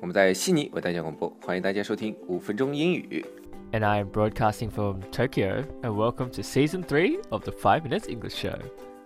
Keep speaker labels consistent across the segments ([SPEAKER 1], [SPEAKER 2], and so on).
[SPEAKER 1] 我们在悉尼为大家广播，欢迎大家收听五分钟英语。
[SPEAKER 2] And I am broadcasting from Tokyo, and welcome to season 3 of the 5 Minutes English Show.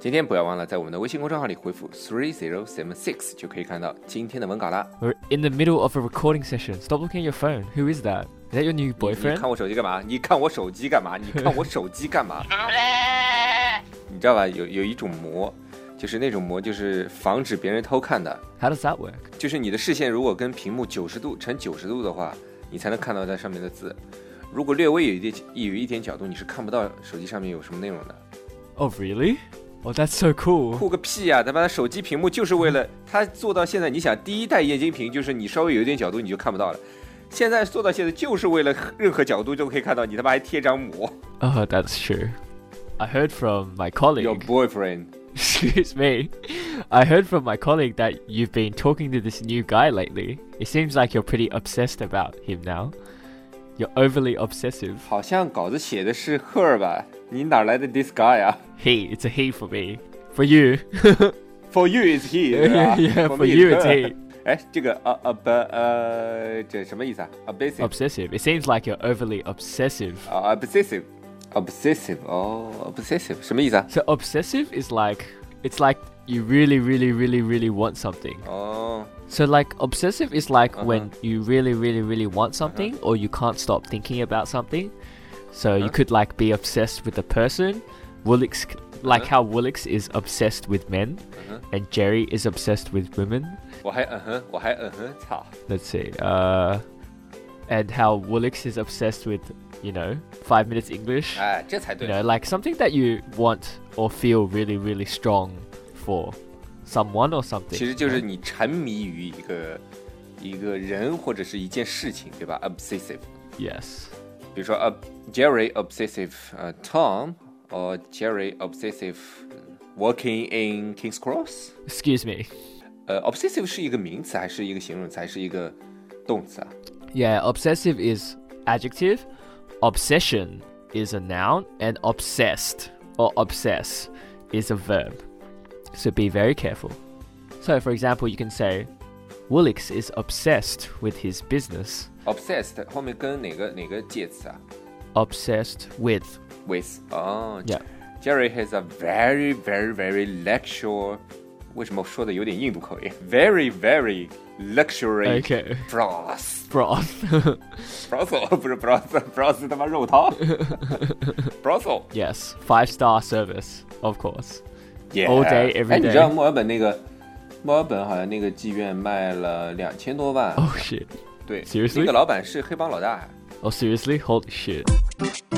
[SPEAKER 1] 今天不要忘了在我们的微信公众号里回复 three zero seven six 就可以看到今天的文稿啦。
[SPEAKER 2] We're in the middle of a recording session. Stop looking at your phone. Who is that? Is that your new
[SPEAKER 1] 你
[SPEAKER 2] boyfriend?
[SPEAKER 1] 看我手机干嘛？你看我手机干嘛？你看我手机干嘛？你知道吧？有有一种膜，就是那种膜，就是防止别人偷看的。
[SPEAKER 2] How does that work?
[SPEAKER 1] 就是你的视线如果跟屏幕九十度乘九十度的话，你才能看到它上面的字。如果略微有一点有一点角度，你是看不到手机上面有什么内容的。
[SPEAKER 2] Oh, really? Oh, that's so cool.
[SPEAKER 1] 酷个屁呀、他妈的手机屏幕就是为了它做到现在。你想，第一代液晶屏就是你稍微有一点角度你就看不到了，现在做到现在就是为了任何角度都可以看到，你他妈还贴张膜。
[SPEAKER 2] Oh, that's true. I heard from my
[SPEAKER 1] Your
[SPEAKER 2] colleague.
[SPEAKER 1] boyfriend.
[SPEAKER 2] Excuse me. I heard from my colleague that you've been talking to this new guy lately. It seems like you're pretty obsessed about him now. You're overly obsessive.
[SPEAKER 1] 好像稿子写的是 her 吧？你哪来的 this guy 啊
[SPEAKER 2] He, it's a he for me. For you.
[SPEAKER 1] ？For you is he，对吧
[SPEAKER 2] yeah,
[SPEAKER 1] For
[SPEAKER 2] for
[SPEAKER 1] me
[SPEAKER 2] you, it's
[SPEAKER 1] is her
[SPEAKER 2] he.
[SPEAKER 1] 哎，这个呃呃不呃，这什么意思啊？Obsessive
[SPEAKER 2] Obsessive. It seems like you're overly obsessive.
[SPEAKER 1] 啊，obsessive obsessive 哦，obsessive 什么意思啊？
[SPEAKER 2] So obsessive is like it's like you really, really, really, really want something.
[SPEAKER 1] 哦
[SPEAKER 2] So like obsessive is like
[SPEAKER 1] Uh-huh.
[SPEAKER 2] when you really, really, really want something or you can't stop thinking about something. So
[SPEAKER 1] Uh-huh.
[SPEAKER 2] you could like be obsessed with a person. Woolix, like
[SPEAKER 1] Uh-huh.
[SPEAKER 2] how Woolix is obsessed with men, and Jerry is obsessed with women.
[SPEAKER 1] 嗯我还嗯哼，我还嗯哼，操！
[SPEAKER 2] let's see, uh, and how Woolix is obsessed with, you know, five minutes English.
[SPEAKER 1] 哎，这才对
[SPEAKER 2] You know, like something that you want or feel really, really strong for someone or something.
[SPEAKER 1] 其实就是你沉迷于一个一个人或者是一件事情，对吧？Obsessive，
[SPEAKER 2] Yes.
[SPEAKER 1] 比如说呃 Jerry obsessive，呃 Tom，or Jerry obsessive working in Kings Cross。
[SPEAKER 2] Excuse me.
[SPEAKER 1] 呃，obsessive 是一个名词还是一个形容词还是一个动词啊？
[SPEAKER 2] Yeah, obsessive is adjective, obsession is a noun, and obsessed or obsess is a verb. So be very careful. So, for example, you can say, Woolix is obsessed with his business.
[SPEAKER 1] obsessed 后面跟哪个哪个介词啊
[SPEAKER 2] obsessed with.
[SPEAKER 1] ？with 哦、
[SPEAKER 2] Yeah.
[SPEAKER 1] Jerry has a very very very lecture，为什么说的有点印度口音？Very very luxury
[SPEAKER 2] Okay.
[SPEAKER 1] broth
[SPEAKER 2] Broth.
[SPEAKER 1] broth 不是 broth broth 他妈肉 汤 broth
[SPEAKER 2] yes. Five star service, of course.
[SPEAKER 1] yeah
[SPEAKER 2] All day, every
[SPEAKER 1] 哎，你知道
[SPEAKER 2] day
[SPEAKER 1] 墨尔本那个墨尔本好像那个妓院卖了两千多万
[SPEAKER 2] Oh shit.
[SPEAKER 1] 对
[SPEAKER 2] seriously？
[SPEAKER 1] 那个老板是黑帮老大。
[SPEAKER 2] Oh seriously? Holy shit.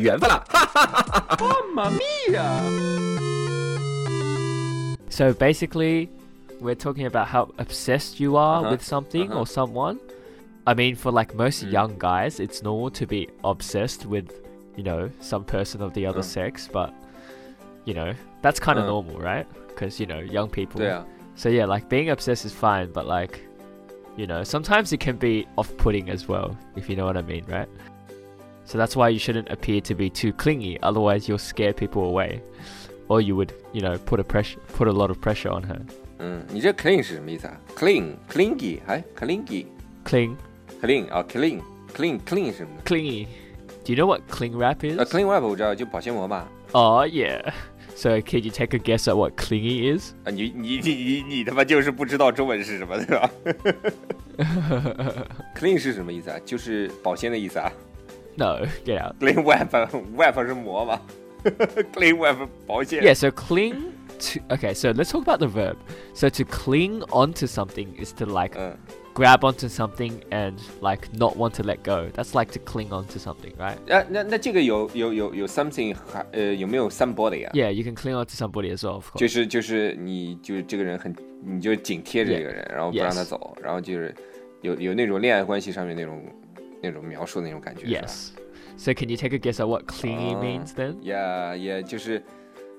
[SPEAKER 1] 缘分啦。
[SPEAKER 2] So basically, we're talking about how obsessed you are
[SPEAKER 1] Uh-huh,
[SPEAKER 2] with something
[SPEAKER 1] uh-huh. Mm.
[SPEAKER 2] or someone. I mean, for like most young guys, it's normal to be obsessed with, you know, some person of the other
[SPEAKER 1] Uh-huh.
[SPEAKER 2] sex, but, you know, that's kind of
[SPEAKER 1] Uh.
[SPEAKER 2] normal, right? Because, you know, young people.
[SPEAKER 1] 对啊，
[SPEAKER 2] So yeah, like being obsessed is fine, but like, you know, sometimes it can be off-putting as well, if you know what I mean, right? So that's why you shouldn't appear to be too clingy, otherwise you'll scare people away, or you would, you know, put a pressure, put a lot of pressure on her.
[SPEAKER 1] 嗯，你这 clean 是什么意思啊？clean clingy 还 clingy
[SPEAKER 2] Cling,
[SPEAKER 1] clean 啊 clean clean clean 是什么呢
[SPEAKER 2] clingy. Do you know what cling wrap is?
[SPEAKER 1] A cling wrap 我知道就保鲜膜嘛。
[SPEAKER 2] Oh yeah. So can you take a guess at what clingy is?
[SPEAKER 1] 啊，你你你你你他妈就是不知道中文是什么，对吧 ？Clean 是什么意思啊？就是保鲜的意思啊。
[SPEAKER 2] No, get out.
[SPEAKER 1] Clean wrap，wrap 是膜嘛？Clean wrap 保鲜。
[SPEAKER 2] Yeah, so cling to okay, so let's talk about the verb. So to cling onto something is to like
[SPEAKER 1] 嗯
[SPEAKER 2] grab onto something and like not want to let go. That's like to cling onto something, right?
[SPEAKER 1] 那那那这个有有有有 something 还呃有没有 somebody 啊
[SPEAKER 2] Yeah, you can cling onto somebody as well, of
[SPEAKER 1] 就
[SPEAKER 2] course.
[SPEAKER 1] 是就是你就是这个人很，你就紧贴着这个人然后不
[SPEAKER 2] Yes.
[SPEAKER 1] 让他走，然后就是有有那种恋爱关系上面那种那种描述那种感觉。是吧
[SPEAKER 2] Yes. So can you take a guess at what clingy
[SPEAKER 1] Oh.
[SPEAKER 2] means then?
[SPEAKER 1] 也也就是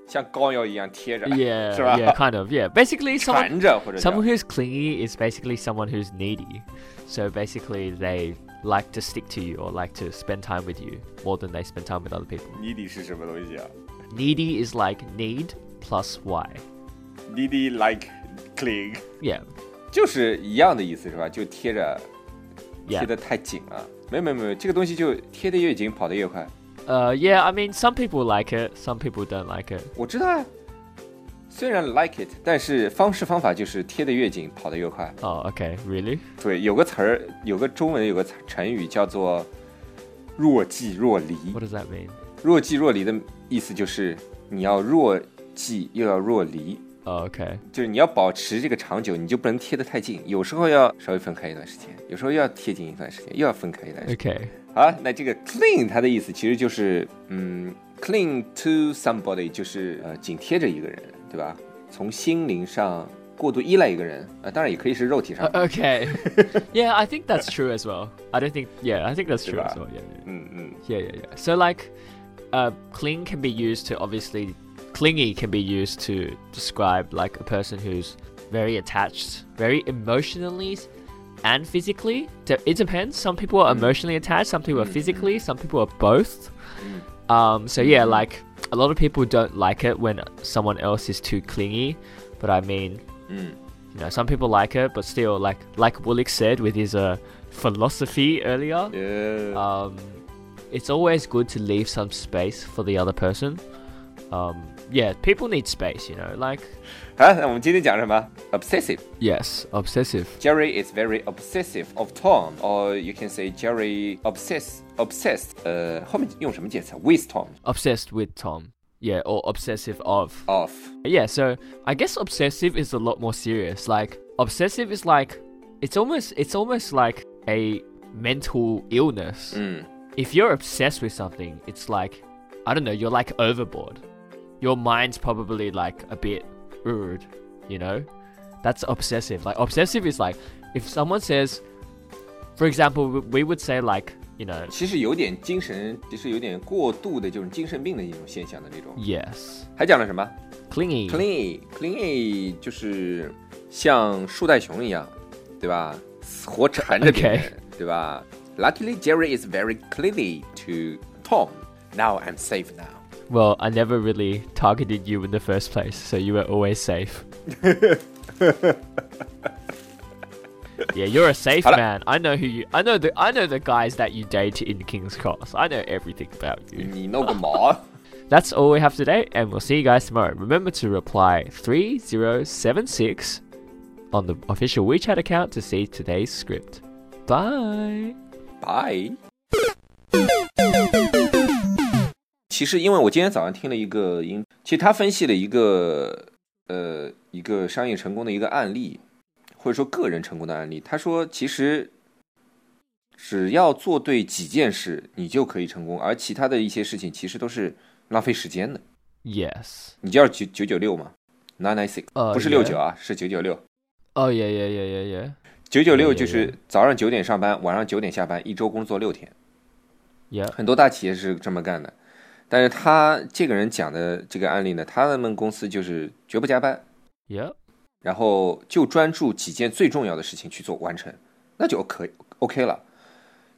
[SPEAKER 1] 像膏药一样贴着
[SPEAKER 2] Yeah, uh,
[SPEAKER 1] 是吧
[SPEAKER 2] yeah, kind of. Yeah, basically someone
[SPEAKER 1] 缠着或者叫
[SPEAKER 2] Someone who's clingy is basically someone who's needy. So basically, they like to stick to you or like to spend time with you more than they spend time with other people.
[SPEAKER 1] 泥底是什么东西啊
[SPEAKER 2] Needy is like need plus y.
[SPEAKER 1] 泥底 like cling，
[SPEAKER 2] Yeah,
[SPEAKER 1] 就是一样的意思是吧？就贴着贴
[SPEAKER 2] yeah.
[SPEAKER 1] 的太紧了。没有没有没有，这个东西就贴的越紧，跑得越快。
[SPEAKER 2] Uh, yeah. I mean, some people like it, some people don't like it.
[SPEAKER 1] 我知道啊，虽然 like it，但是方式方法就是贴的越紧，跑得越快。
[SPEAKER 2] Oh, okay. Really?
[SPEAKER 1] 对，有个词儿，有个中文有个词成语叫做“若即若离
[SPEAKER 2] What does that mean? ”。
[SPEAKER 1] 若即若离的意思就是你要若即又要若离，
[SPEAKER 2] Oh, okay.
[SPEAKER 1] 就是你要保持这个长久，你就不能贴得太近，有时候要稍微分开一段时间，有时候又要贴近一段时间，又要分开一段时间。
[SPEAKER 2] Okay.
[SPEAKER 1] 好，那这个 cling 它的意思其实就是，嗯，cling to somebody 就是呃紧贴着一个人，对吧？从心灵上过度依赖一个人，呃，当然也可以是肉体上
[SPEAKER 2] Uh,，okay. yeah, I think that's true as well. I don't think. Yeah, I think that's true as well. Yeah. yeah.
[SPEAKER 1] 嗯嗯，
[SPEAKER 2] Yeah, yeah, yeah. So like, uh, cling can be used to obviously, clingy can be used to describe like a person who's very attached, very emotionally and physically. De- It depends. Some people are emotionally attached. Some people are physically. Some people are both. Um, so yeah, like a lot of people don't like it when someone else is too clingy, but I mean, you know, some people like it, but still, like like Woolick said with his uh, philosophy earlier,
[SPEAKER 1] 呃，
[SPEAKER 2] um, it's always good to leave some space for the other person. Um, yeah, people need space, you know. Like,
[SPEAKER 1] 好，那我们今天讲什么？Obsessive.
[SPEAKER 2] yes, obsessive.
[SPEAKER 1] Jerry is very obsessive of Tom, or you can say Jerry obsess obsessed. 呃，后面用什么介词？With Tom,
[SPEAKER 2] Obsessed with Tom. Yeah, or obsessive of.
[SPEAKER 1] of.
[SPEAKER 2] Yeah, so I guess obsessive is a lot more serious. Like, obsessive is like, it's almost, it's almost like a mental illness.
[SPEAKER 1] 嗯，
[SPEAKER 2] if you're obsessed with something, it's like, I don't know, you're like overboard. Your mind's probably like a bit rude, you know? That's obsessive. Like, obsessive is like, if someone says, for example, we- we would say, like, you know,
[SPEAKER 1] 其实有点精神，其实有点过度的这种精神病的一种现象的这种。
[SPEAKER 2] 嗯 yes,
[SPEAKER 1] 还讲了什么
[SPEAKER 2] clingy.
[SPEAKER 1] ？Clingy, clingy 就是像树袋熊一样，对吧？死活缠着别人
[SPEAKER 2] Okay.
[SPEAKER 1] 对吧？Luckily, Jerry is very clingy to Tom. Now I'm safe now.
[SPEAKER 2] Well, I never really targeted you in the first place, so you were always safe. yeah, you're a safe
[SPEAKER 1] Hello.
[SPEAKER 2] man. I know who you. I know the. I know the guys that you date in King's Cross. I know everything about you.
[SPEAKER 1] 你弄个毛！
[SPEAKER 2] That's all we have today, and we'll see you guys tomorrow. Remember to reply three zero seven six on the official WeChat account to see today's script. Bye.
[SPEAKER 1] Bye。其实，因为我今天早上听了一个音，其实他分析了一个呃一个商业成功的一个案例，或者说个人成功的案例。他说，其实只要做对几件事，你就可以成功，而其他的一些事情其实都是浪费时间的。
[SPEAKER 2] Yes.
[SPEAKER 1] 你叫九九九六嘛，nine nine six，
[SPEAKER 2] 呃
[SPEAKER 1] 不是
[SPEAKER 2] 也
[SPEAKER 1] 六九啊，是九九六。
[SPEAKER 2] Oh yeah yeah yeah yeah yeah.
[SPEAKER 1] 九九
[SPEAKER 2] 有有
[SPEAKER 1] 六
[SPEAKER 2] 有
[SPEAKER 1] 就是早上九点上班，晚上九点下班，一周工作六天。
[SPEAKER 2] Yeah.
[SPEAKER 1] 很多大企业是这么干的，但是他这个人讲的这个案例呢，他们公司就是绝不加班，
[SPEAKER 2] Yeah.
[SPEAKER 1] 然后就专注几件最重要的事情去做完成，那就可以 OK 了。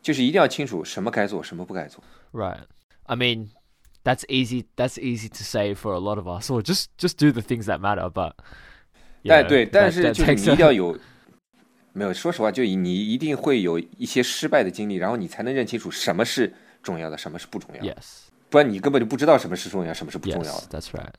[SPEAKER 1] 就是一定要清楚什么该做，什么不该做。
[SPEAKER 2] Right. I mean, that's easy. That's easy to say for a lot of us. Or just just do the things that matter. But you
[SPEAKER 1] 但
[SPEAKER 2] know,
[SPEAKER 1] 对，
[SPEAKER 2] that-
[SPEAKER 1] 但是
[SPEAKER 2] that
[SPEAKER 1] 就是你
[SPEAKER 2] takes
[SPEAKER 1] 一
[SPEAKER 2] a-
[SPEAKER 1] 定要有，没有说实话，就你一定会有一些失败的经历，然后你才能认清楚什么是
[SPEAKER 2] 重要的，什么是不重要的
[SPEAKER 1] Yes.
[SPEAKER 2] 不然你根本就不知道什么是重要，什么是不重要的
[SPEAKER 1] Yes. That's right.